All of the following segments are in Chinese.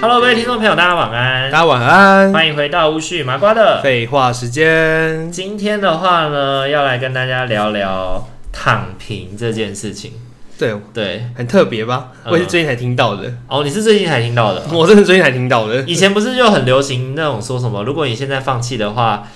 Hello，各位听众朋友，大家晚安大，家晚安。欢迎回到巫师与麻瓜的。废话时间，今天的话呢，要来跟大家聊聊躺平这件事情。对，对，很特别吧？嗯我也是最近才听到的，哦，你是最近才听到的哦。我真的最近才听到的。以前不是就很流行那种说什么，如果你现在放弃的话，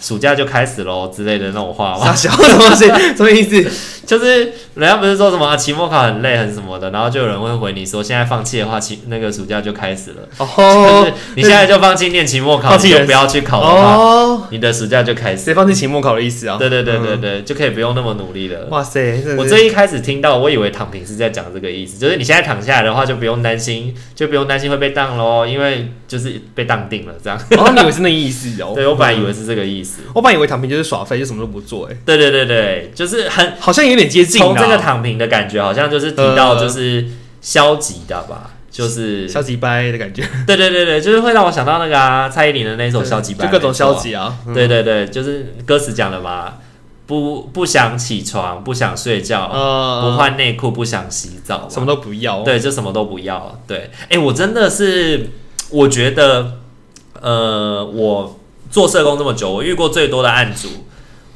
暑假就开始喽之类的那种话傻吗？小什么东西？什么意思？ 就是人家不是说什么、啊、期末考很累很什么的，然后就有人会回你说，现在放弃的话，期那个暑假就开始了。就是哦你现在就放弃念期末考，放弃你就人不要去考的话，哦，你的暑假就开始。谁放弃期末考的意思啊？对对对对对，就可以不用那么努力了嗯。。哇塞，真的是我最一开始听到，我以为躺平是在讲这个意思，就是你现在躺下来的话，就不用担心，就不用担心会被当咯，因为就是被当定了这样。哦，你以为是那意思哦？嗯对我本来以为是这个意思。我本来以为躺平就是耍废，就什么都不做，哎，对对对对，就是很好像有点接近啊从这个躺平的感觉，好像就是提到呃就是消极的吧，就是消极掰的感觉，对对对对，就是会让我想到那个啊蔡依林的那首消极版，就各种没错啊消极啊。嗯对对对，就是歌词讲的嘛，不不想起床，不想睡觉，不呃，换内裤，不想洗澡，什么都不要。对，就什么都不要。对，哎、我真的是，我觉得，呃，我做社工这么久，我遇过最多的案组，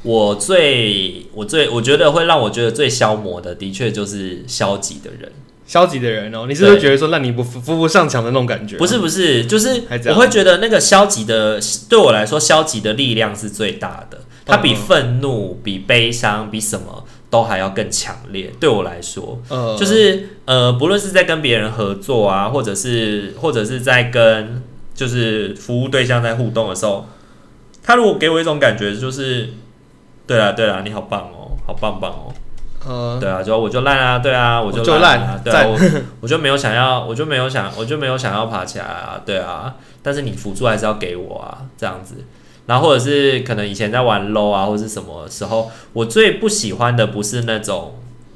我最我最我觉得会让我觉得最消磨的，的确就是消极的人。消极的人哦，你是不是觉得说让你不扶扶不上墙的那种感觉？不是不是，就是还这我样会觉得那个消极的，对我来说，消极的力量是最大的，它比嗯愤怒、比悲伤、比什么都还要更强烈。对我来说，呃，就是呃，不论是在跟别人合作啊，或者是或者是在跟就是服务对象在互动的时候，他如果给我一种感觉，就是对啦对啦，你好棒哦，好棒棒哦，呃，对啊，就我就烂啊，对啊，我我就就烂烂 啊，对啊，我我就没有想要，我就没有想，我就没有想要爬起来啊，对啊，但是你辅助还是要给我啊，这样子。然后或者是可能以前在玩 low 啊，或是什么时候，我最不喜欢的不是那种，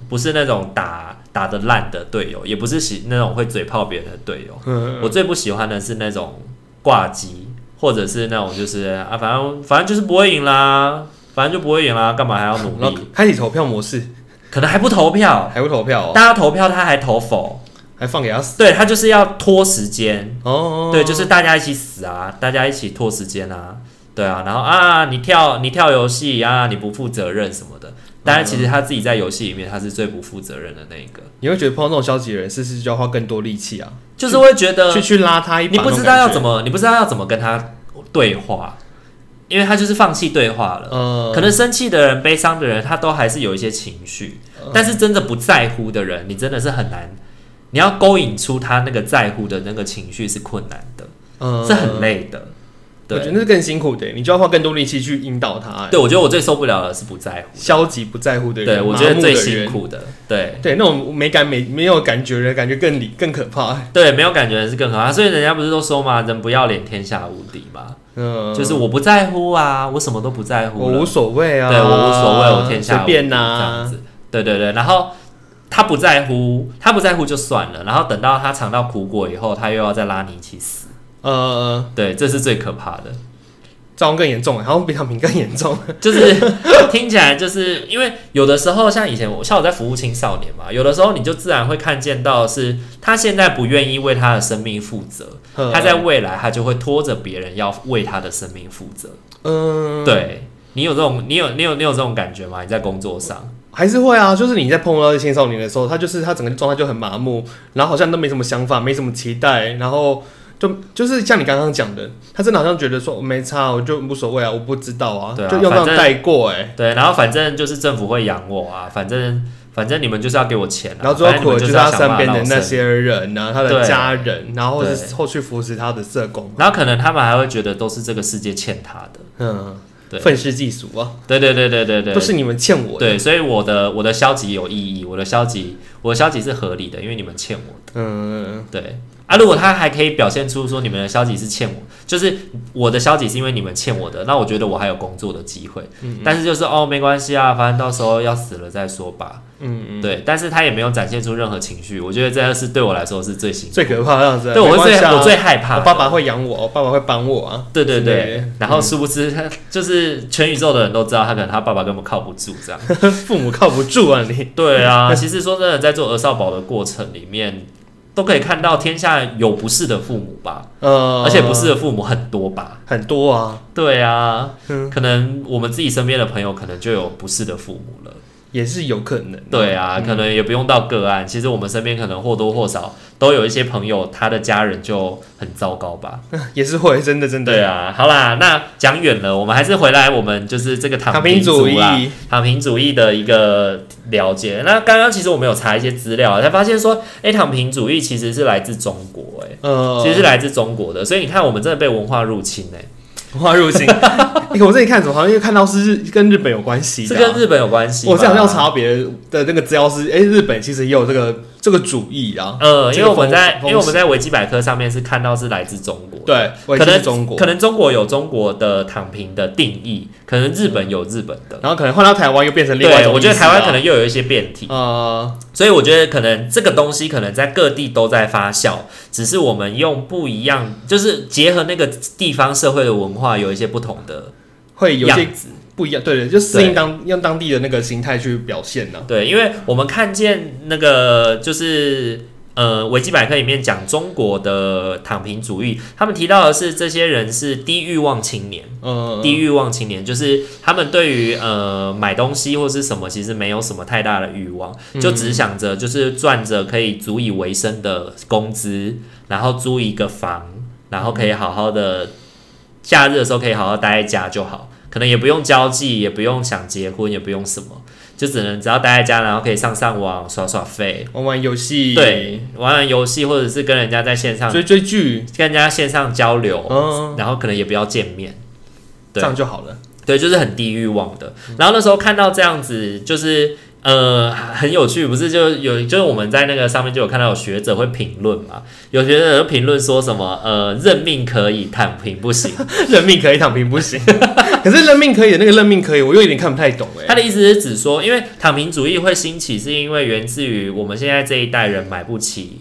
不是那种打打的烂的队友，也不是喜那种会嘴炮别人的队友，嗯我最不喜欢的是那种挂机，或者是那种就是啊，反正反正就是不会赢啦，反正就不会赢啦，干嘛还要努 然力后？开启投票模式，可能还不投票，还会投票哦，大家投票，他还投否？还放给他死对他就是要拖时间，哦，对，就是大家一起死啊，大家一起拖时间啊，对啊，然后啊，你跳你跳游戏啊，你不负责任什么的。当然，其实他自己在游戏里面他是最不负责任的那一个，你会觉得碰到这种消极的人，是不是就要花更多力气啊？就是会觉得去去拉他一把，呃你不知道要怎么，么，你不知道要怎么跟他对话，因为他就是放弃对话了。呃，可能生气的人、悲伤的人，他都还是有一些情绪，嗯但是真的不在乎的人，你真的是很难，你要勾引出他那个在乎的那个情绪是困难的，呃是很，累的。我觉得对，那是更辛苦的，你就要花更多力气去引导他。哎对我觉得我最受不了的是不在乎，消极不在乎的人，对我觉得最麻木的辛人。苦的，对对，那种没感没没有感觉的感觉更理更可怕。对，没有感觉是更可怕。所以人家不是都说嘛，人不要脸，天下无敌嘛，嗯，就是我不在乎啊，我什么都不在乎我了无所谓啊，对我无所谓，我天下随便啊呐、这呐样。子。对对对，然后他不在乎，他不在乎就算了，然后等到他尝到苦果以后，他又要再拉你一起死。呃，对，这是最可怕的，这样更严重，好像比躺平更严重。就是 听起来就是因为有的时候像以前我像我在服务青少年嘛，有的时候你就自然会看见到是他现在不愿意为他的生命负责，他在未来他就会拖着别人要为他的生命负责。嗯，对你有这种你有你有你有这种感觉吗？你在工作上？还是会啊，就是你在碰到青少年的时候，他就是他整个状态就很麻木，然后好像都没什么想法，没什么期待，然后就就是像你刚刚讲的，他真的好像觉得说哦没差，我就无所谓啊，我不知道啊，对啊就用这反正样带过哎、对，然后反正就是政府会养我啊，反正反正你们就是要给我钱、啊，然后最后反正你苦们就的就是是要他想办身法边让的我那生些人啊，他的对家人，然后对是后续扶持他的社工，然后可能他们还会觉得都是这个世界欠他的，嗯对，愤世嫉俗啊，对对对对对对，都是你们欠我的，对，所以我的我的消极有意义，我的消极我的消极是合理的，因为你们欠我，嗯，对，啊，如果他还可以表现出说你们的消极是欠我，就是我的消极是因为你们欠我的，那我觉得我还有工作的机会。嗯但是就是哦，没关系啊，反正到时候要死了再说吧。嗯嗯，对，但是他也没有展现出任何情绪，我觉得这是对我来说是最辛苦。最可怕的样子啊。对我没关最系啊我最害怕我的，爸爸会养我，我爸爸会帮我啊。 对对之类对的，然后殊不知 他就是全宇宙的人都知道，他可能他爸爸根本靠不住这样。父母靠不住啊你。对 啊，其实说真的，在做儿少保的过程里面，都可以看到天下有不是的父母吧，呃，而且不是的父母很多吧。很多啊，对啊，嗯可能我们自己身边的朋友可能就有不是的父母了。也是有可能。对啊，可能也不用到个案，其实我们身边可能或多或少都有一些朋友，他的家人就很糟糕吧。也是会，真的真的。对啊，好啦，那讲远了，我们还是回来，我们就是这个躺躺平主主义啦，躺平主义的一个了解。那刚刚其实我们有查一些资料，才发现说，哎、躺平主义其实是来自中国、诶呃，其实是来自中国的，所以你看，我们真的被文化入侵哎、文化入 侵。你欸看我这里看什么？好像又看到是日跟日本有关系是的啊、跟日本有关系。我这两天要，查别的那个资料是，哎、日本其实也有这个这个主义啊。呃，因这为个我们在风因为我们在维基百科上面是看到是来自中国的，对，我可也能是中国可，能中国有中国的躺平的定义，可能日本有日本的。然后可能换到台湾又变成嗯另外一对，种我觉得意思台湾啊可能又有一些变体，呃，所以我觉得可能这个东西可能在各地都在发酵，只是我们用不一样，就是结合那个地方社会的文化，有一些不同的会有一些样子。不一样，对对，就适对应当用当地的那个形态去表现啊呢、对，因为我们看见那个就是。呃，维基百科里面讲中国的躺平主义，他们提到的是这些人是低欲望青年，呃，低欲望青年，就是他们对于呃买东西或是什么，其实没有什么太大的欲望，就只想着就是赚着可以足以为生的工资，然后租一个房，然后可以好好的假日的时候可以好好待在家就好，可能也不用交际，也不用想结婚，也不用什么，就只能只要待在家，然后可以上上网耍耍废，玩玩游戏，对，玩玩游戏或者是跟人家在线上追追剧，跟人家线上交流，嗯，然后可能也不要见面。这对样就好了。对，就是很低欲望的。然后那时候看到这样子，就是呃很有趣，不是就有就是我们在那个上面就有看到有学者会评论嘛，有学者就评论说什么呃认命可以，躺平不行。 认命可以，躺平不行。 可是认命可以的那个认命可以，我又有点看不太懂哎、他的意思是指说，因为躺平主义会兴起，是因为源自于我们现在这一代人买不起。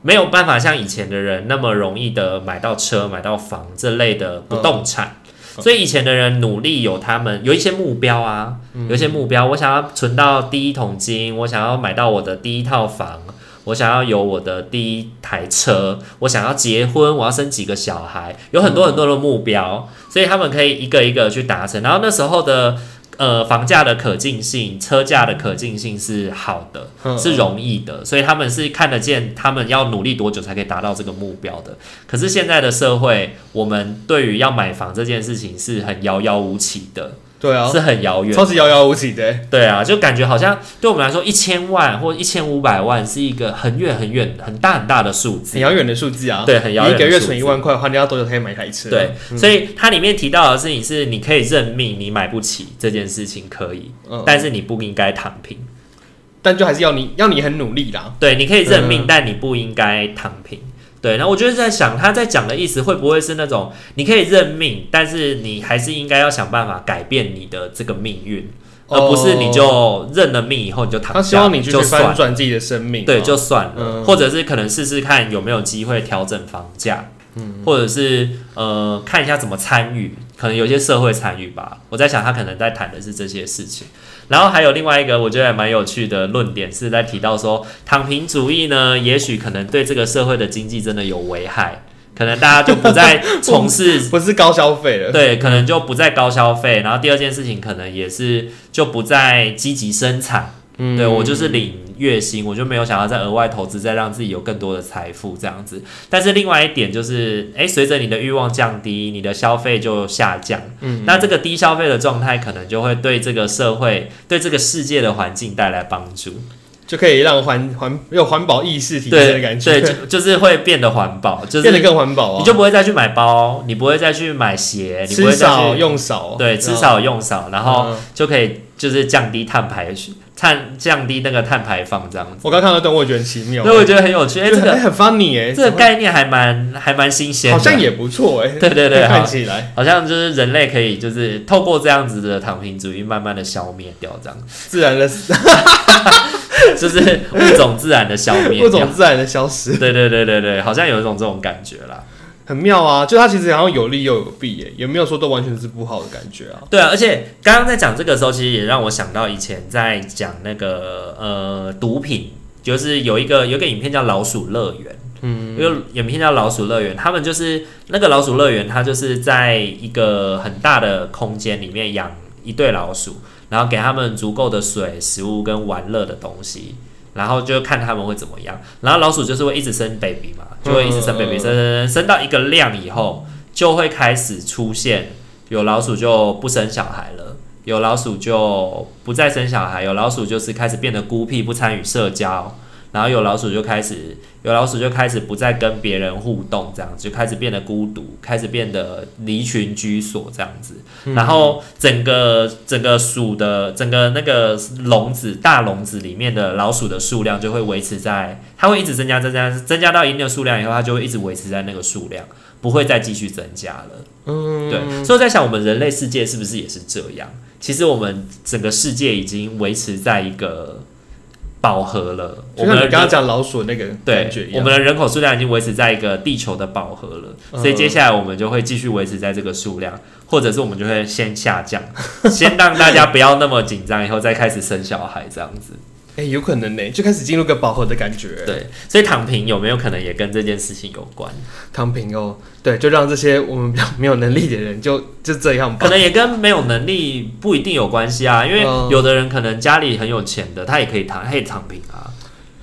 没有办法像以前的人那么容易的买到车、买到房这类的不动产，所以以前的人努力有他们有一些目标啊，有一些目标，我想要存到第一桶金，我想要买到我的第一套房，我想要有我的第一台车，我想要结婚，我要生几个小孩，有很多很多的目标，所以他们可以一个一个去达成。然后那时候的呃房价的可进性、车价的可进性是好的，嗯是容易的，所以他们是看得见他们要努力多久才可以达到这个目标的。可是现在的社会，我们对于要买房这件事情是很遥遥无期的，对啊，是很遥远的，超级遥遥无期的、欸。对啊，就感觉好像对我们来说，一千万或一千五百万是一个很远很远、很大很大的数字很。遥远的数字啊，对很遥远你的一个月数存一字万块的话，你要多久才可以买一台车？啊对，，所以它里面提到的事情是，你可以认命，你买不起这件事情可以，嗯，但但是你不应该躺平。但就还是要你要你很努力啦。对，你可以认命，嗯但你不应该躺平。对，那我就是在想，他在讲的意思会不会是那种你可以认命，但是你还是应该要想办法改变你的这个命运，而不是你就认了命以后你就躺下，哦他希望你去就算翻转自己的生命啊，对，就算了，嗯或者是可能试试看有没有机会调整房价，或者是呃看一下怎么参与，可能有一些社会参与吧。我在想他可能在谈的是这些事情，然后还有另外一个我觉得还蛮有趣的论点是在提到说，躺平主义呢，也许可能对这个社会的经济真的有危害，可能大家就不再从事不是高消费 了。对，可能就不再高消费，然后第二件事情可能也是就不再积极生产。嗯对我就是领月薪，我就没有想要再额外投资，再让自己有更多的财富这样子。但是另外一点就是，诶，随着你的欲望降低，你的消费就下降。嗯，那这个低消费的状态，可能就会对这个社会、对这个世界的环境带来帮助。就可以让环环有环保意识提升的对感对，觉，就就是会变得环 保，就是变得更环保啊。你就不会再去买包，你不会再去买鞋，你不吃会再少去用少，对吃少用少，然然后后。嗯就可以就是降低碳排碳降低那个碳排放这样子。我刚看到段，我也觉得很奇妙，所以我觉得很有趣，哎、就 这很哎个很 funny 哎，这个概念还蛮还蛮新鲜的，好像也不错哎，对对对，看好，起来好像就是人类可以就是透过这样子的躺平主义，慢慢的消灭掉，这样自然的就是物种自然的消 灭物掉种。自然的消失，对对对对对，好像有一种这种感觉啦。很妙啊！就它其实好像有利又有弊耶，也没有说都完全是不好的感觉啊。对啊，而且刚刚在讲这个时候，其实也让我想到以前在讲那个呃毒品，就是有一个有一个影片叫《老鼠乐园》，嗯，有一个影片叫《老鼠乐园》，他们就是那个老鼠乐园，它就是在一个很大的空间里面养一对老鼠，然后给他们足够的水、食物跟玩乐的东西。然后就看他们会怎么样，然后老鼠就是会一直生 baby 嘛，就会一直生 baby，嗯生生生生到一个量以后，就会开始出现有老鼠就不生小孩了，有老鼠就不再生小孩，有老鼠就是开始变得孤僻，不参与社交，然后有老鼠就开始，有老鼠就开始不再跟别人互动，这样子就开始变得孤独，开始变得离群居所这样子，嗯然后整个整个鼠的整个那个笼子大笼子里面的老鼠的数量就会维持在，它会一直增加增加增加到一定的数量以后，它就会一直维持在那个数量，不会再继续增加了。嗯，对，所以我在想，我们人类世界是不是也是这样？其实我们整个世界已经维持在一个饱和了，我就们像的你刚刚人讲老鼠的那个对感觉一，我样们。的人口数量已经维持在一个地球的饱和了，嗯所以接下来我们就会继续维持在这个数量，或者是我们就会先下降， 先让大家不要那么紧张，以后再开始生小孩这样子。哎、有可能呢、就开始进入个饱和的感觉。对，所以躺平有没有可能也跟这件事情有关？躺平哦，对，就让这些我们比较没有能力的人就就这样吧可。能也跟没有能力不一定有关系啊，因为嗯有的人可能家里很有钱的，他也可以躺，他也躺平啊。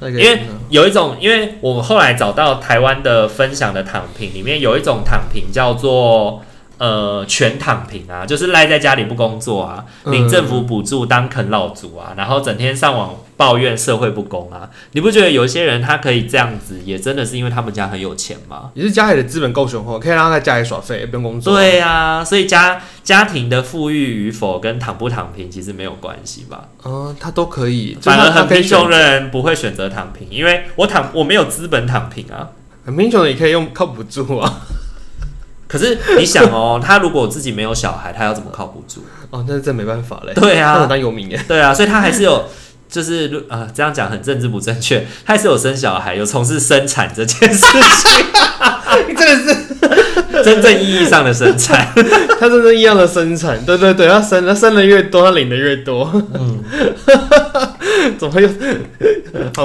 那因个嗯为有一种，因为我后来找到台湾的分享的躺平，里面有一种躺平叫做呃全躺平啊，就是赖在家里不工作啊，嗯领政府补助当啃老族啊，然后整天上网抱怨社会不公啊。你不觉得有一些人他可以这样子，也真的是因为他们家很有钱吗？也是家里的资本够雄厚，可以让他在家里耍废，也不用工作。对啊，所以家家庭的富裕与否跟躺不躺平其实没有关系吧？嗯、他都可以，反就是而他很他可以贫选穷的人不会选择躺平，因为我躺我没有资本躺平啊。很贫穷的也可以用靠补助啊。可是你想哦，他如果自己没有小孩，他要怎么靠补助？哦，那真没办法嘞。对他啊想，当游民耶，对啊，所以他还是有，就是呃，这样讲很政治不正确，他还是有生小孩，有从事生产这件事 情， 真的是真正意义上的生产。他真正一样的生产，对对对，他生他生的越多，他领的越多。 嗯，怎么又？啊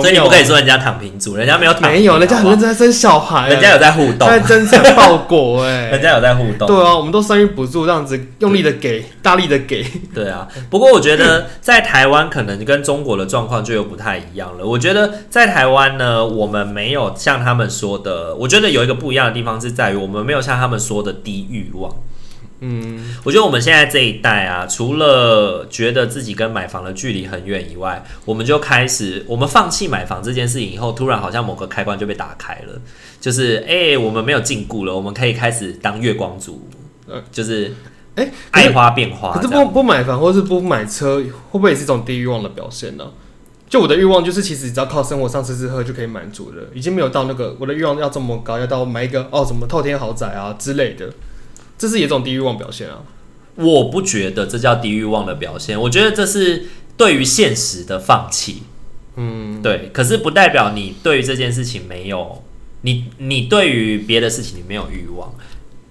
所以你不可以说人家躺平族，人家没有躺平，哦没有，人家好不很好认真在生小孩，啊人家有在互动，在增产报国 哎、人家有在互动，对啊，我们都生育补助这样子，用力的给，大力的给。对啊，不过我觉得在台湾可能跟中国的状况就又不太一样了。我觉得在台湾呢，我们没有像他们说的，我觉得有一个不一样的地方是在于我们没有像他们说的低欲望。嗯，我觉得我们现在这一代啊，除了觉得自己跟买房的距离很远以外，我们就开始，我们放弃买房这件事情以后，突然好像某个开关就被打开了，就是哎、我们没有禁锢了，我们可以开始当月光族呃，就是哎可是爱花变花可这是样。不不买房或是不买车，会不会也是一种低欲望的表现呢、就我的欲望就是，其实只要靠生活上吃吃喝就可以满足了，已经没有到那个我的欲望要这么高，要到买一个哦什么透天豪宅啊之类的，这是一种低欲望表现啊。我不觉得这叫低欲望的表现，我觉得这是对于现实的放弃。嗯，对。可是不代表你对于这件事情没有，你你对于别的事情你没有欲望。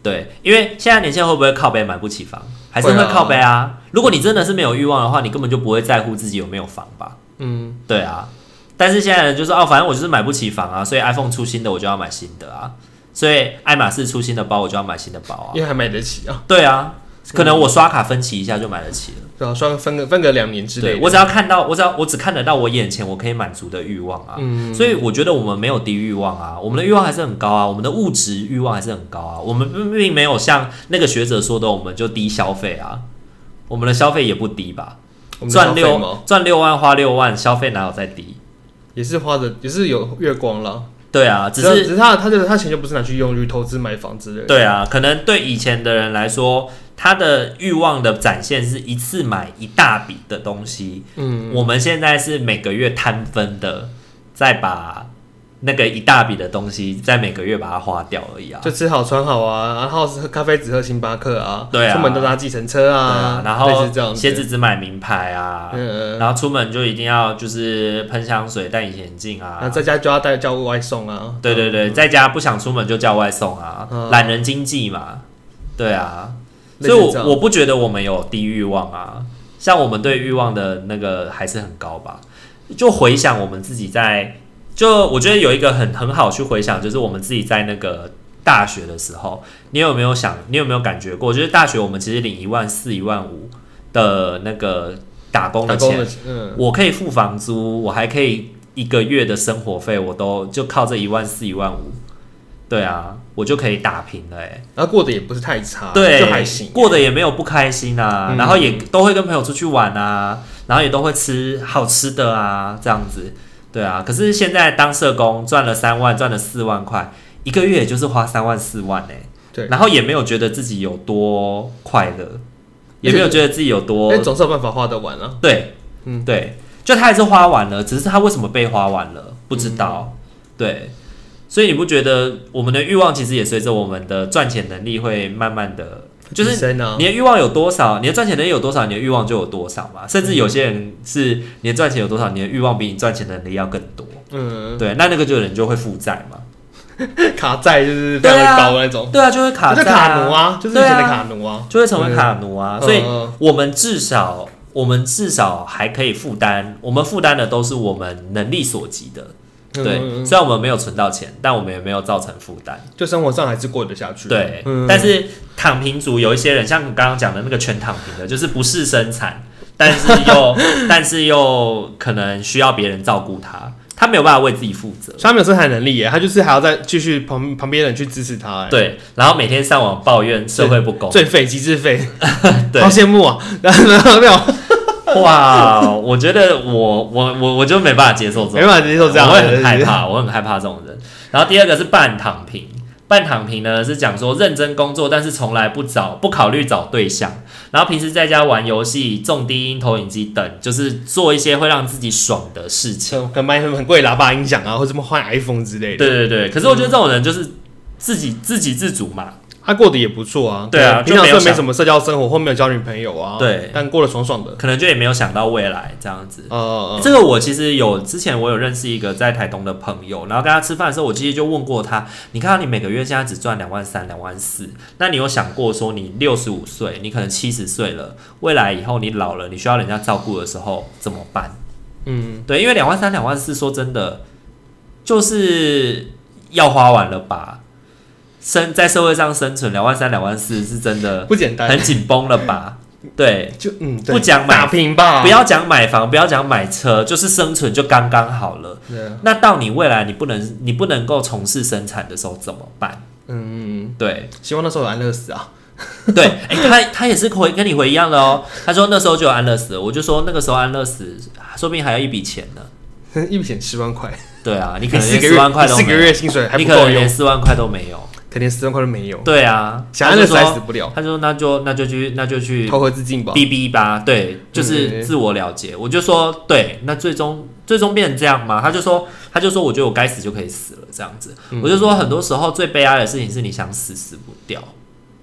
对，因为现在年轻人会不会靠背买不起房，还是会会啊靠背啊？如果你真的是没有欲望的话，你根本就不会在乎自己有没有房吧？嗯，对啊，但是现在人就说哦，反正我就是买不起房啊，所以 iPhone 出新的我就要买新的啊，所以爱马仕出新的包我就要买新的包啊。因为还买得起啊，对啊，可能我刷卡分期一下就买得起了。对啊，说分个分个两年之类对的，我只要看到，我只要我只看得到我眼前我可以满足的欲望啊。嗯所以我觉得我们没有低欲望啊，我们的欲望还是很高啊，我们的物质欲望还是很高啊。我们并并没有像那个学者说的，我们就低消费啊，我们的消费也不低吧？我们的消赚费六吗赚六万花六万，消费哪有在低？也是花的，也是有月光啦。对啊，只只是是只是他他的他钱就不是拿去用于投资买房之类的。对啊，可能对以前的人来说，他的欲望的展现是一次买一大笔的东西。嗯，我们现在是每个月摊分的，再把那个一大笔的东西，在每个月把它花掉而已啊。就吃好穿好啊，然后喝咖啡只喝星巴克啊，对啊出门都搭计程车对啊啊，，然类似这后样子鞋子只买名牌啊，嗯，嗯然后出门就一定要就是喷香水、戴隐形眼镜啊。然后在家就要带叫外送啊，对对对，在家不想出门就叫外送啊嗯，懒、人经济嘛，对啊，类所似以这样我我不觉得我们有低欲望啊，像我们对欲望的那个还是很高吧。就回想我们自己在，就我觉得有一个很很好去回想，就是我们自己在那个大学的时候，你有没有想，你有没有感觉过，就是大学我们其实领一万四、一万五的那个打工打的工钱的，嗯，我可以付房租，我还可以一个月的生活费，我都就靠这一万四、一万五，对啊，我就可以打平了、欸，然后过得也不是太差，对，啊就还行。过得也没有不开心啊，嗯然后也都会跟朋友出去玩啊，然后也都会吃好吃的啊，这样子，对啊。可是现在当社工赚了三万，赚了四万块，一个月也就是花三万四万呢、对然后也没有觉得自己有多快乐，也没有觉得自己有多哎，总是有办法花得完啊。对，嗯，嗯对，就他还是花完了，只是他为什么被花完了不知道。嗯对，所以你不觉得我们的欲望其实也随着我们的赚钱能力会慢慢的，就是提升啊你的欲望有多少，你的赚钱能力有多少，你的欲望就有多少嘛。嗯甚至有些人是你的赚钱有多少，你的欲望比你赚钱能力要更多。嗯，对，那那个就人就会负债嘛。卡债就是非常的高哦的那种，对啊，就会卡就债、卡奴啊，就是以前的对啊卡奴啊，就会成为卡奴啊。所以嗯我们至少，我们至少还可以负担，我们负担的都是我们能力所及的。嗯对，嗯虽然我们没有存到钱，但我们也没有造成负担。就生活上还是过得下去。对嗯，但是躺平族有一些人，像你刚刚讲的那个全躺平的，就是不是生产，但是 又但是又可能需要别人照顾他，他没有办法为自己负责。所以他没有生产能力耶，他就是还要再继续旁旁边人去支持他，哎，对，然后每天上网抱怨社会不公，最废极致废， 对好羡慕啊！然后然后没有哇，我觉得我我我我就没办法接受这种没办法接受这样，我会很害对。怕，我很害怕这种人。然后第二个是半躺平，半躺平呢是讲说认真工作，但是从来不找不考虑找对象，然后平时在家玩游戏、种低音投影机等，就是做一些会让自己爽的事情。可能买很很贵的喇叭音响啊，或者什么换 iPhone 之类的，对对对，可是我觉得这种人就是自己自给自足嘛，他过得也不错啊。对啊平常就没有是没想什么社交生活，或没有交女朋友啊，对但过得爽爽的。可能就也没有想到未来这样子。呃，这个我其实有之前我有认识一个在台东的朋友，然后跟他吃饭的时候，我其实就问过他，你看到你每个月现在只赚两万三、两万四，那你有想过说你六十五岁，你可能七十岁了，未来以后你老了，你需要人家照顾的时候怎么办？嗯，对，因为两万三、两万四，说真的，就是要花完了吧。生在社会上生存两万三、两万四是真的不简单，很紧绷了吧？对，就嗯，对不讲买打拼吧，不要讲买房，不要讲买车，就是生存就刚刚好了。对啊。那到你未来你不能你不能够从事生产的时候怎么办？嗯，对希望那时候有安乐死啊。 对，哎、他他也是回跟你回一样的哦。他说那时候就有安乐死了，我就说那个时候安乐死，说不定还要一笔钱呢。一笔钱十万块，对啊，你你可能四连个四万块月，都四没个有，月薪水还你不可能够用连，四万块都没有。可连十万块都没有，对啊，想他安就乐死还死说不了，他就说那就那就去那就去投河自尽吧。逼逼吧，对，就嗯是自我了结。我就说，对，那最终最终变成这样吗？他就说，他就说，我觉得我该死就可以死了这样子。嗯我就说，很多时候最悲哀的事情是你想死死不掉，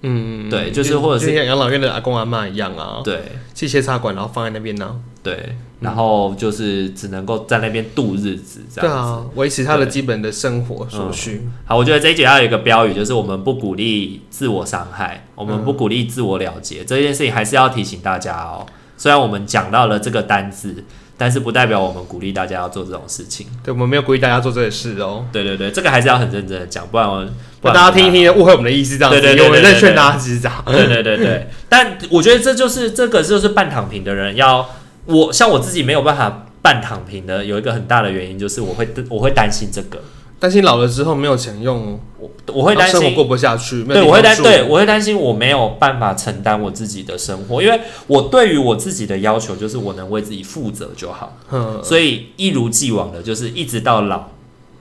嗯，对就是或者是就像养老院的阿公阿妈一样啊，对去切插管然后放在那边呢。对，然后就是只能够在那边度日子这对样子。嗯啊，维持他的基本的生活所需。好，我觉得这一节要有一个标语，就是我们不鼓励自我伤害，我们不鼓励自我了结、这件事情，还是要提醒大家哦。虽然我们讲到了这个单字，但是不代表我们鼓励大家要做这种事情。对，我们没有鼓励大家做这个事哦。对对对，这个还是要很认真的讲，不然我不然那大家听一听，误会我们的意思这样子，对对对我们在对对劝大家支长。对对对 对，但我觉得这就是这个就是半躺平的人要我像我自己没有办法半躺平的，有一个很大的原因就是我会我会担心这个，担心老了之后没有钱用哦，我我会担然后生心活过不下去，没有对，地我会方担住对，我会担心我没有办法承担我自己的生活，因为我对于我自己的要求就是我能为自己负责就好，嗯，所以一如既往的，就是一直到老，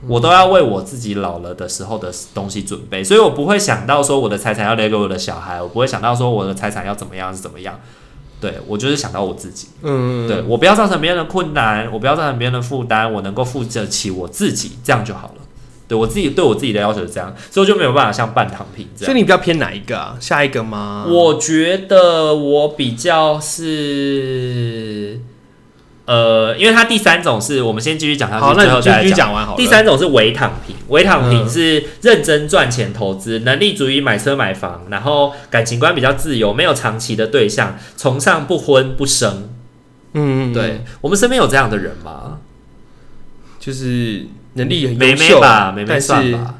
我都要为我自己老了的时候的东西准备，所以我不会想到说我的财产要留给我的小孩，我不会想到说我的财产要怎么样是怎么样，对我就是想到我自己，嗯，对我不要造成别人的困难，我不要造成别人的负担，我能够负责起我自己，这样就好了。对我自己对我自己的要求是这样，所以我就没有办法像半躺平这样所以。你比较偏哪一个啊？下一个吗？我觉得我比较是，呃，因为它第三种是我们先继续讲下好，去，最那后你继再续继来续讲。讲完好了。第，三种是伪躺平，伪躺平嗯是认真赚钱投资，能力足以买车买房，然后感情观比较自由，没有长期的对象，崇尚不婚不生。嗯，嗯，对我们身边有这样的人吗？嗯就是能力很梅梅优秀啊吧，梅梅但算是吧。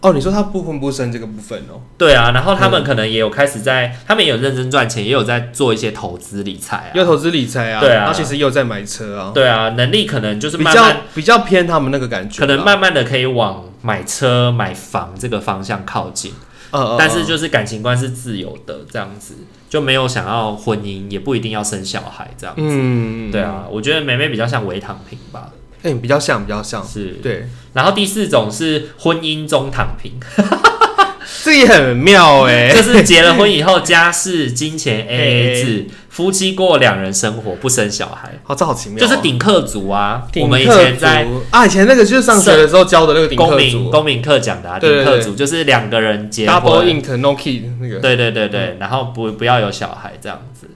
哦，你说他不婚不生这个部分哦，对啊，然后他们可能也有开始在，他们也有认真赚钱，也有在做一些投资理财啊。又投资理财啊，对啊然后其实也有在买车啊，对啊，能力可能就是比慢慢较比较偏他们那个感觉啊可啦，能慢慢的可以往买车、买房这个方向靠近，呃，呃，但是呃就是感情观是自由的，这样子就没有想要婚姻，也不一定要生小孩这样。嗯，对，啊，我觉得梅梅比较像伪躺平吧，哎，比较像，比较像，是。对，然后第四种是婚姻中躺 平，这也很妙哎，就是结了婚以后家事、金 钱 A A AA 制，夫妻过两人生活，不生小孩，好，这好奇妙哦，就是顶客族啊。顶我们以客前在族啊，以前那个就是上学的时候教的那个顶公客民族公民课讲的啊，顶对对客对族就是两个人结，double 婚， ink no key 那个，对对对对，然后不不要有小孩这样子，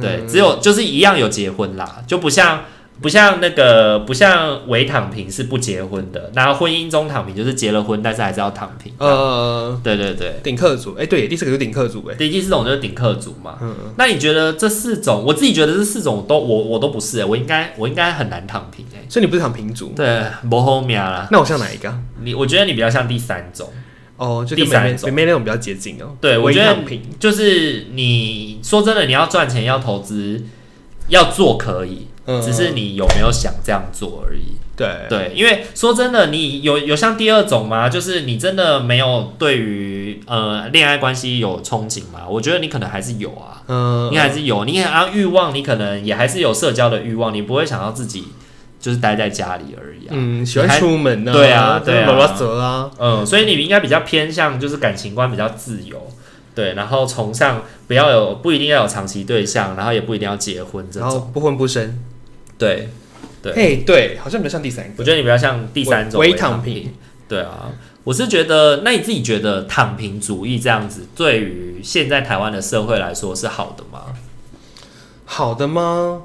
对，嗯只有就是一样有结婚啦，就不像不像那个不像伪躺平是不结婚的，那婚姻中躺平就是结了婚，但是还是要躺平。呃，对对对，顶客族，哎，对，第四个就是顶客族，哎，第第四种就是顶客族嘛。嗯，那你觉得这四种，我自己觉得这四种都我我都不是、欸，我应该我应该很难躺平哎、所以你不是躺平族，对，不后面啦，那我像哪一个啊？你我觉得你比较像第三种。哦，就第跟三妹妹种妹妹那种比较接近哦。对，我微觉得躺平，就是你说真的，你要赚钱，要投资，要做可以，嗯只是你有没有想这样做而已。对对，因为说真的，你有有像第二种吗？就是你真的没有对于呃恋爱关系有憧憬吗？我觉得你可能还是有啊，嗯你，还是有，你啊欲望，你可能也还是有社交的欲望，你不会想要自己就是待在家里而已啊。嗯，喜欢出门呢，对啊对啊拉拉折啊，嗯，所以你应该比较偏向就是感情观比较自由，对，然后崇尚不要有不一定要有长期对象，然后也不一定要结婚这然后种。不婚不生。对，对哎，对，好像比较像第三我个。觉得你比较像第三种微微躺躺平。对啊，我是觉得，那你自己觉得躺平主义这样子，对于现在台湾的社会来说是好的吗？好的吗？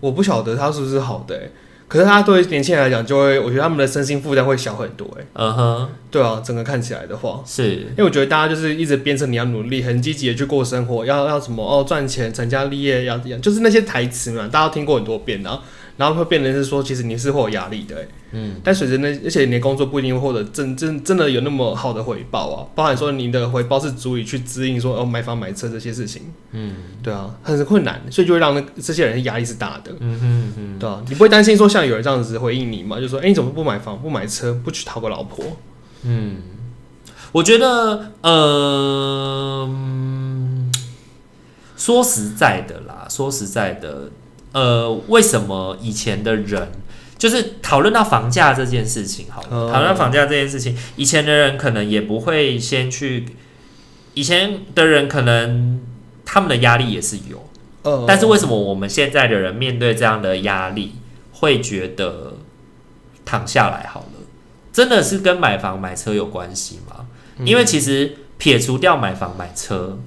我不晓得他是不是好的，哎可是他对年轻人来讲，就会我觉得他们的身心负担会小很多，哎，嗯哼，对啊，整个看起来的话。是，因为我觉得大家就是一直鞭策你要努力，很积极的去过生活，要要什么哦，赚钱、成家立业，要要就是那些台词嘛，大家都听过很多遍，然后然后会变成是说，其实你是会有压力的、欸，嗯，但随着那，而且你的工作不一定会获得真真真的有那么好的回报啊，包含说你的回报是足以去支应说哦买房买车这些事情，嗯对啊，很困难，所以就会让那这些人压力是大的，嗯哼嗯对啊，你不会担心说像有人这样子回应你嘛，就说哎、你怎么不买房不买车不去讨个老婆，嗯，我觉得，呃，嗯说实在的啦，说实在的，呃，为什么以前的人就是讨论到房价这件事情好了，哦讨论到房价这件事情，以前的人可能也不会先去，以前的人可能他们的压力也是有，呃，但是为什么我们现在的人面对这样的压力，会觉得躺下来好了？真的是跟买房买车有关系吗？因为其实撇除掉买房买车，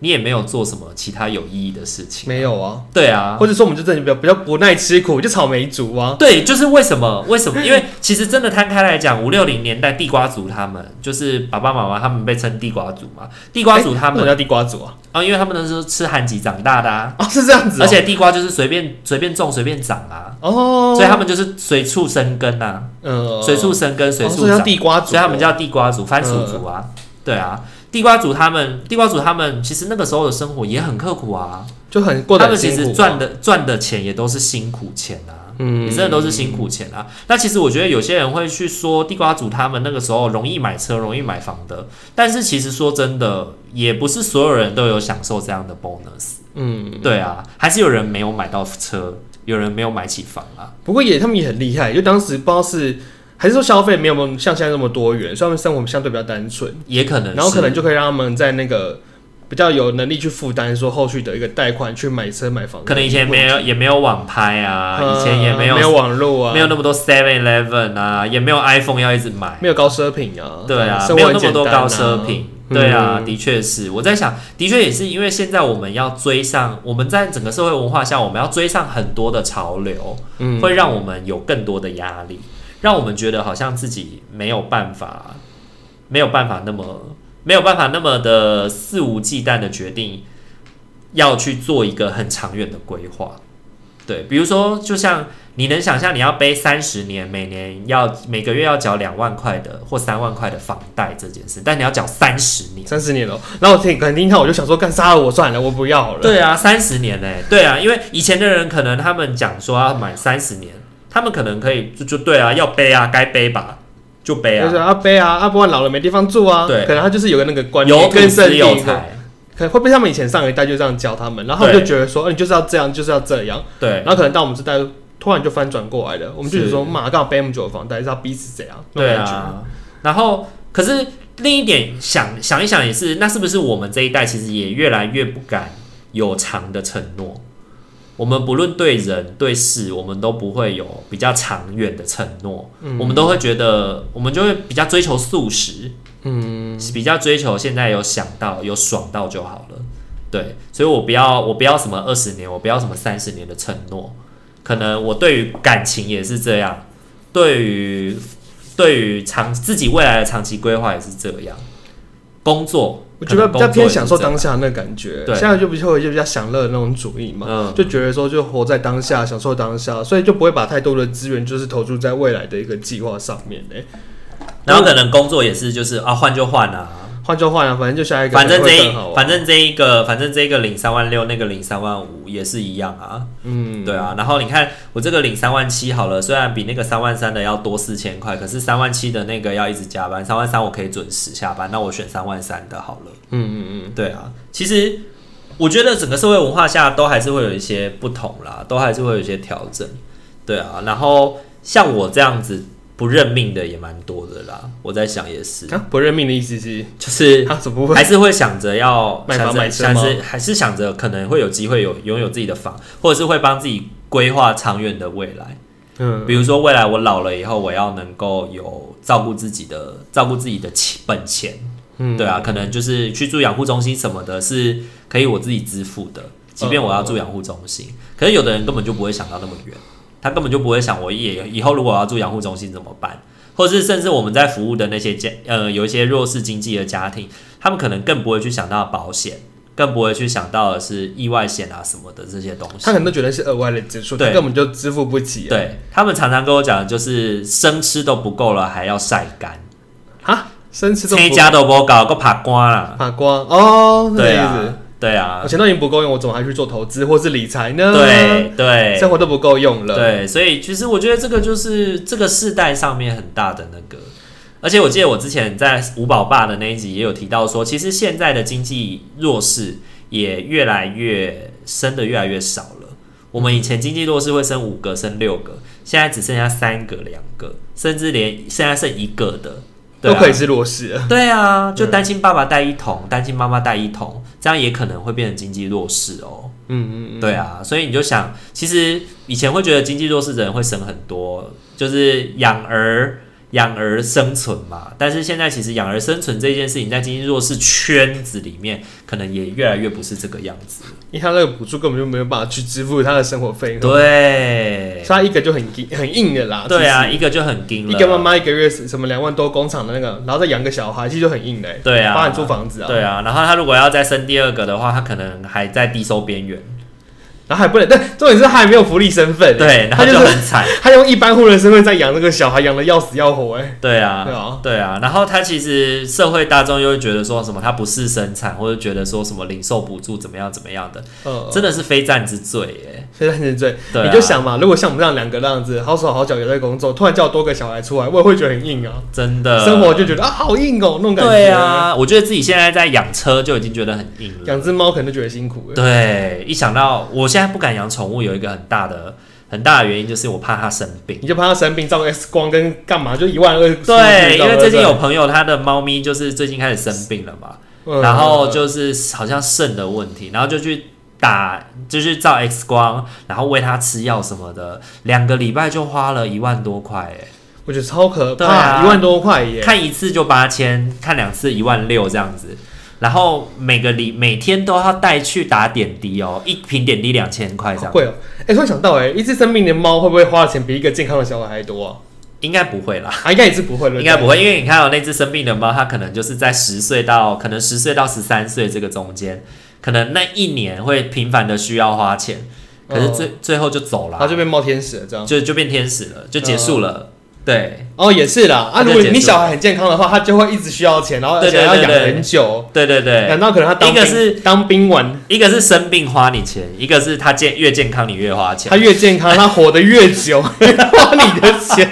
你也没有做什么其他有意义的事情。没有啊。对啊，或者说我们就真的比较比较不耐吃苦，就草莓族啊，对，就是为什么？为什么？因为其实真的摊开来讲，五六零年代地瓜族他们，就是爸爸妈妈他们被称地瓜族嘛。地瓜族他哎为什们么叫地瓜族啊，啊、因为他们那时候吃韩籍长大的啊，啊是这样子哦、而且地瓜就是随便随便种随便长啊。哦，所以他们就是随处生根呐、呃随处生根，随哦处所以长，叫地瓜族，嗯所以他们叫地瓜族、番薯族啊，对啊，地瓜族他们，地瓜族他们其实那个时候的生活也很刻苦啊，就很过得他很们其辛实苦啊赚的赚的钱也都是辛苦钱啊，嗯你真的都是辛苦钱啊。那其实我觉得有些人会去说地瓜族他们那个时候容易买车、容易买房的，但是其实说真的，也不是所有人都有享受这样的 bonus。嗯，对啊，还是有人没有买到车，有人没有买起房啊。不过也他们也很厉害，就当时不知道是还是说消费没有像现在那么多元，所以他们生活相对比较单纯，也可能是，然后可能就可以让他们在那个比较有能力去负担说后续的一个贷款去买车买房，可能以前没有也没有网拍啊，呃以前也没没有网络啊，没有那么多 Seven Eleven 啊，也没有 iPhone 要一直买，没有高奢品啊，对啊，生没活有很那么简多单啊高奢品。对啊，嗯的确是。我在想，的确也是因为现在我们要追上，我们在整个社会文化下，我们要追上很多的潮流，嗯会让我们有更多的压力，让我们觉得好像自己没有办法，没有办法那么没有办法那么的肆无忌惮的决定，要去做一个很长远的规划。对，比如说，就像你能想象你要背三十年，每年要每个月要缴两万块的或三万块的房贷这件事，但你要缴三十年。三十年了，然后我听肯定看我就想说干杀了我算了，我不要好了，对啊，三十年嘞、对啊，因为以前的人可能他们讲说要买三十年，他们可能可以就就对啊，要背啊，该背吧，就背就是啊，阿贝啊，阿不然老了没地方住啊，对可能他就是有个那个观念，有根土深是蒂有固财，可能会被他们以前上一代就这样教他们，然后他们就觉得说，哦，你就是要这样，就是要这样，对然后可能到我们这代突然就翻转过来了，我们就觉得说，是妈，刚好背那么久的房贷是要逼死谁啊？那对种感觉，啊。然后可是另一点想想一想也是，那是不是我们这一代其实也越来越不敢有长的承诺？我们不论对人对事，我们都不会有比较长远的承诺，我们都会觉得，我们就会比较追求速食，嗯，是比较追求现在有想到有爽到就好了。对，所以我不要我不要什么二十年，我不要什么三十年的承诺。可能我对于感情也是这样，对于对于长自己未来的长期规划也是这样。工作，我觉得比较偏享受可能当工作下那个感觉，对现在就比较就比较享乐的那种主义嘛，嗯就觉得说就活在当下，享受当下，所以就不会把太多的资源就是投注在未来的一个计划上面欸嘞。也是这样，然后可能工作也是就是啊换就换啊，换就换啊，反正就下一个反正这会一更好啊反正这一个反正这一个领三万六，那个领三万五也是一样啊。嗯，对啊，然后你看我这个领三万七好了，虽然比那个三万三的要多四千块，可是三万七的那个要一直加班，三万三我可以准时下班，那我选三万三的好了。嗯嗯嗯，对啊，其实我觉得整个社会文化下都还是会有一些不同啦，都还是会有一些调整。对啊，然后像我这样子不认命的也蛮多的啦，我在想也是，啊，不认命的意思是就是他怎么会还是会想着要买房想着买车想吗着还是想着可能会有机会有拥有自己的房，或者是会帮自己规划长远的未来。嗯比如说，未来我老了以后，我要能够有照顾自己的照顾自己的钱本钱，嗯对啊，可能就是去住养护中心什么的，是可以我自己支付的。即便我要嗯住养护中心，可是有的人根本就不会想到那么远，他根本就不会想我也以后如果我要住养护中心怎么办，或者是甚至我们在服务的那些家呃有一些弱势经济的家庭，他们可能更不会去想到保险，更不会去想到的是意外险啊什么的这些东西。他可能都觉得是额外的支出，对他根本就支付不起啊。对他们常常跟我讲，就是生吃都不够了，还要晒干，啊，生吃都生不家都不够，够爬光啦。怕光哦，是这对个意思啊，对啊我，钱都已经不够用，我怎么还去做投资或是理财呢？，对对生活都不够用嗯了。，对，所以其实我觉得这个就是这个世代上面很大的那个。而且我记得我之前在五宝爸的那一集也有提到说，其实现在的经济弱势也越来越生的越来越少了。我们以前经济弱势会生五个、生六个，现在只剩下三个、两个，甚至连现在剩一个的，对都啊可以是弱势了。对啊，就担心爸爸带一桶，担心妈妈带一桶，这样也可能会变成经济弱势哦。嗯嗯对啊，所以你就想，其实以前会觉得经济弱势的人会省很多，就是养儿养儿生存嘛。但是现在其实养儿生存这件事情，在经济弱势圈子里面，可能也越来越不是这个样子。嗯，因为他那个补助根本就没有办法去支付他的生活费，所对以，他一个就很硬很硬的啦。对啊，其一个就很硬实，了，一个妈妈一个月什么两万多工厂的那个，然后再养个小孩，其实就很硬的欸。对啊包含租房子啊。对啊，然后他如果要再生第二个的话，他可能还在低收边缘。然后还不能，但重点是他还没有福利身份，欸对，然他后就就是很惨， 他用一般户人身份在养这个小孩，养的要死要活、哎，对啊，对啊，对啊，然后他其实社会大众又会觉得说什么他不是生产，或者觉得说什么零售补助怎么样怎么样的，呃，真的是非战之罪耶。非常认罪。对、啊，你就想嘛，如果像我们这样两个那样子，好手好脚也在工作，突然叫我多个小孩出来，我也会觉得很硬啊，真的生活就觉得啊好硬哦、那种感觉。呃对，啊，我觉得自己现在在养车就已经觉得很硬了。养只猫可能就觉得辛苦了。欸对，一想到我现在不敢养宠物，有一个很大的很大的原因就是我怕它生病。你就怕它生病，照个 X 光跟干嘛，就一万二。 对，因为最近有朋友他的猫咪就是最近开始生病了嘛，嗯，然后就是好像肾的问题，然后就去打，就是照 X 光，然后喂它吃药什么的，两个礼拜就花了一万多块，哎，我觉得超可对怕，啊一万多块耶。看一次就八千，看两次一万六这样子，然后每个礼每天都要带去打点滴哦，一瓶点滴两千块这好样，贵哦、哎、突然想到、哎，一只生病的猫会不会花的钱比一个健康的小孩还多啊？应该不会啦。啊，应该也是不会了，应该不会。会，因为你看到、哦那只生病的猫，它可能就是在十岁到可能十岁到十三岁这个中间，可能那一年会频繁的需要花钱，可是最、最后就走了哦它，就变猫天使了，这样。就就变天使了，就结束了。对哦，也是啦。它啊，就如果结束你小孩很健康的话，他就会一直需要钱，然后而对且对要对养对很久。对对对难，道可能他当一个兵是当兵完，一个是生病花你钱，一个是他健越健康你越花钱他。越健康，他活得越久， 花你的钱，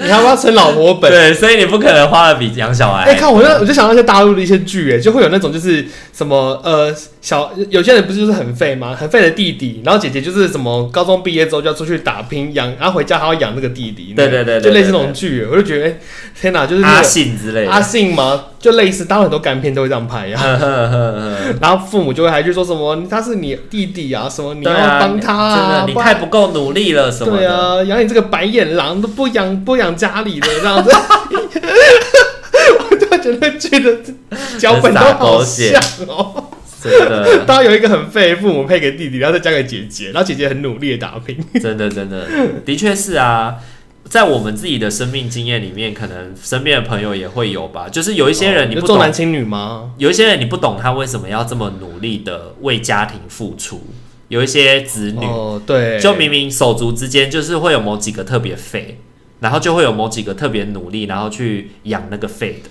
你还不要存老婆本？对，所以你不可能花的比养小孩哎、看我就我就想到一些大陆的一些剧，哎，就会有那种就是什么呃小有些人不是就是很废吗？很废的弟弟，然后姐姐就是什么高中毕业之后就要出去打拼养，然后回家还要养那个弟弟，对对对对啊就类似那种剧，我就觉得哎、天哪，就是、那阿个信之类阿的。信嘛，就类似，当然很多干片都会这样拍 呀、呵呵呵呵然后父母就会还去说什么他是你弟弟啊，什么你要对啊帮他真啊，的，你不然太不够努力了什么对的。啊，养你这个白眼狼都不养不养家里的这样子， 我就觉得觉得脚本都好像哦。真的，当然有一个很废，父母配给弟弟，然后再交给姐姐，然后姐姐很努力的打拼。真的，真的，的确是啊。在我们自己的生命经验里面，可能身边的朋友也会有吧。就是有一些人你哦就不重懂，男轻女吗？有一些人你不懂他为什么要这么努力的为家庭付出。有一些子女，哦，对，就明明手足之间就是会有某几个特别废，然后就会有某几个特别努力，然后去养那个废的。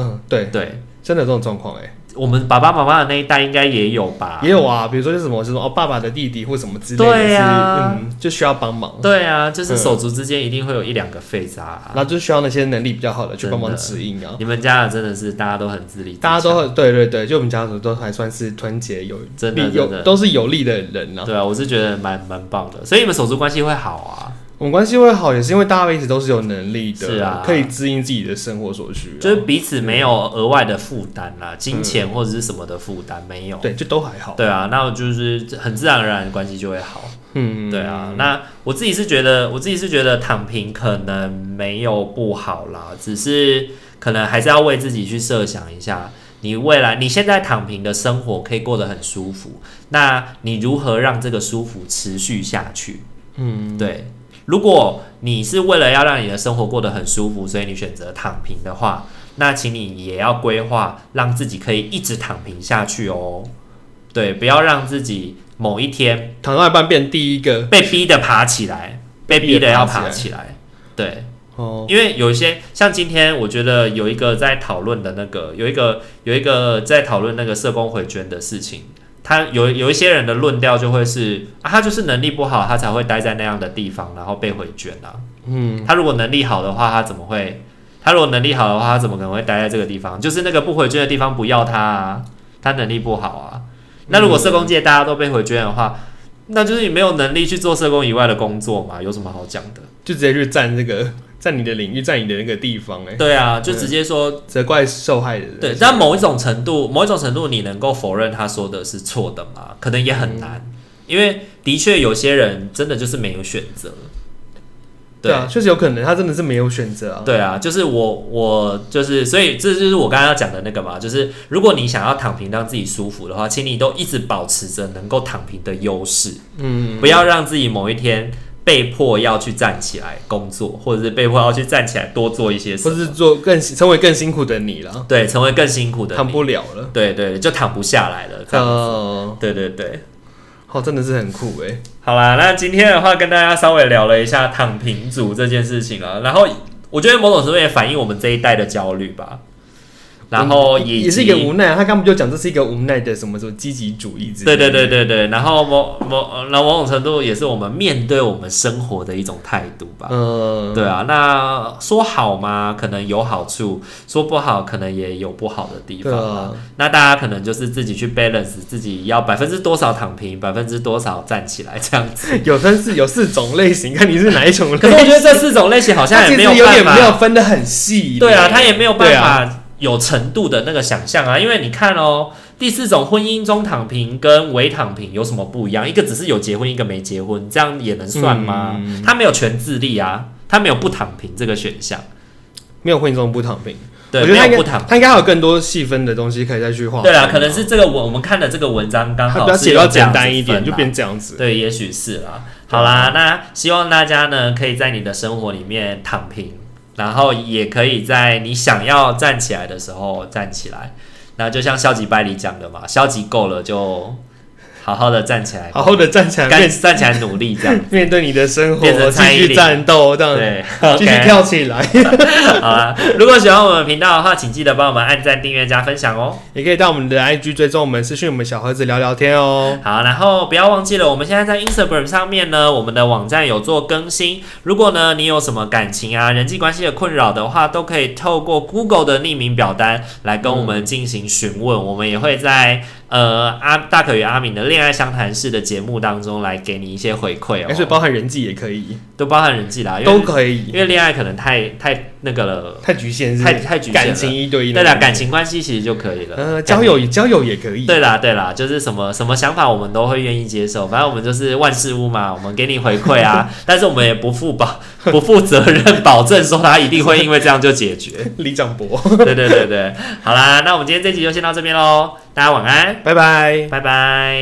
嗯，对，对，真的有这种状况哎，我们爸爸妈妈的那一代应该也有吧？也有啊，比如说就是什么，就是说哦，爸爸的弟弟或什么之类的，对啊是嗯，就需要帮忙，对啊，就是嗯手足之间一定会有一两个废渣、啊然。后就需要那些能力比较好的去帮忙真的指引啊。你们家的真的是大家都很自立自强，大家都很对对对，就我们家族都还算是团结有真的力有真的都是有力的人啊。对啊，我是觉得蛮蛮棒的，所以你们手足关系会好啊，我们关系会好，也是因为大家一直都是有能力的，是啊可以支应自己的生活所需、啊，就是彼此没有额外的负担啦，金钱或者是什么的负担没有。嗯对，就都还好。对啊，那我就是很自然而然关系就会好。嗯，对啊，那我自己是觉得，我自己是觉得躺平可能没有不好啦，只是可能还是要为自己去设想一下，你未来你现在躺平的生活可以过得很舒服，那你如何让这个舒服持续下去？嗯，对，如果你是为了要让你的生活过得很舒服，所以你选择躺平的话，那请你也要规划让自己可以一直躺平下去哦。对，不要让自己某一天躺到一半变第一个被逼的爬起来，被逼的要爬被逼得爬起来。对，哦，因为有一些像今天，我觉得有一个在讨论的那个，有一个有一个在讨论那个社工回捐的事情，他有有一些人的论调就会是啊，他就是能力不好，他才会待在那样的地方，然后被回捐啊。嗯，他如果能力好的话，他怎么会？他如果能力好的话，他怎么可能会待在这个地方？就是那个不回捐的地方不要他啊，他能力不好啊。那如果社工界大家都被回捐的话，那就是你没有能力去做社工以外的工作嘛，有什么好讲的？就直接去占这个占你的领域，占你的那个地方、哎，对啊，就直接说责怪受害的人。对。但某一种程度，某一种程度，你能够否认他说的是错的吗？可能也很难，嗯因为的确有些人真的就是没有选择。对啊，确实有可能，他真的是没有选择啊。对啊，就是我我就是，所以这就是我刚刚要讲的那个嘛，就是如果你想要躺平让自己舒服的话，请你都一直保持着能够躺平的优势，嗯，不要让自己某一天被迫要去站起来工作，或者是被迫要去站起来多做一些或事，是做更成为更辛苦的你了，对，成为更辛苦的躺啊你，不了了。对对，就躺不下来了，这样哦、对对对，哦，真的是很酷哎、好啦，那今天的话跟大家稍微聊了一下躺平族这件事情啊，然后我觉得某种程度也反映我们这一代的焦虑吧，然后以及嗯也是一个无奈啊。他刚不就讲这是一个无奈的什么什么积极主义之对类的对对对对，然后某某那某种程度也是我们面对我们生活的一种态度吧。嗯，对啊，那说好嘛，可能有好处；说不好，可能也有不好的地方对啦。啊，那大家可能就是自己去 balance，自己要百分之多少躺平，百分之多少站起来这样子。有分四有四种类型，看你是哪一种可是我类觉型。得这四种类型好像他也其没实有有办点法，没有分的很细。对啊，他也没有办对啊法有程度的那个想象啊，因为你看哦，第四种婚姻中躺平跟伪躺平有什么不一样？一个只是有结婚，一个没结婚，这样也能算吗？嗯他没有全自立啊，他没有不躺平这个选项，没有婚姻中不躺平。对，我觉得没他有应不该躺。他应该还有更多细分的东西可以再去画。对啊，可能是这个我我们看的这个文章刚他好哦比较是写有要这样简单子一分点，啊就啦变这样子。对，也许是啦。好啦，那希望大家呢可以在你的生活里面躺平，然后也可以在你想要站起来的时候站起来。那就像消极拜里讲的嘛，消极够了就好好的站起来，好好的站起来该面站起来努力 这样。面对你的生变成活，继蔡依续林战斗，这样对，呃继续 OK 跳起来。 好啦。如果喜欢我们的频道的话，请记得帮我们按赞、订阅、加分享哦。也可以到我们的 IG 追踪我们，私讯我们小盒子聊聊天哦。好，然后不要忘记了，我们现在在 Instagram 上面呢，我们的网站有做更新。如果呢你有什么感情啊、人际关系的困扰的话，都可以透过 Google 的匿名表单来跟我们进行询问。我们也会在呃阿大可与阿敏的恋爱相谈室的节目当中来给你一些回馈而且哦，哎包含人际也可以，都包含人际啦，因都为可以因，为恋爱可能太太那个了，太局限是不太是太局限了感情一对一对的啦，感情关系其实就可以了。呃交友交友也可以，对啦，对啦，就是什么什么想法我们都会愿意接受，反正我们就是万事屋嘛，我们给你回馈啊，但是我们也不负保不负责任保证说他一定会因为这样就解决。李长博， 对对对对，好啦，那我们今天这集就先到这边喽，大家晚安，拜拜。拜拜。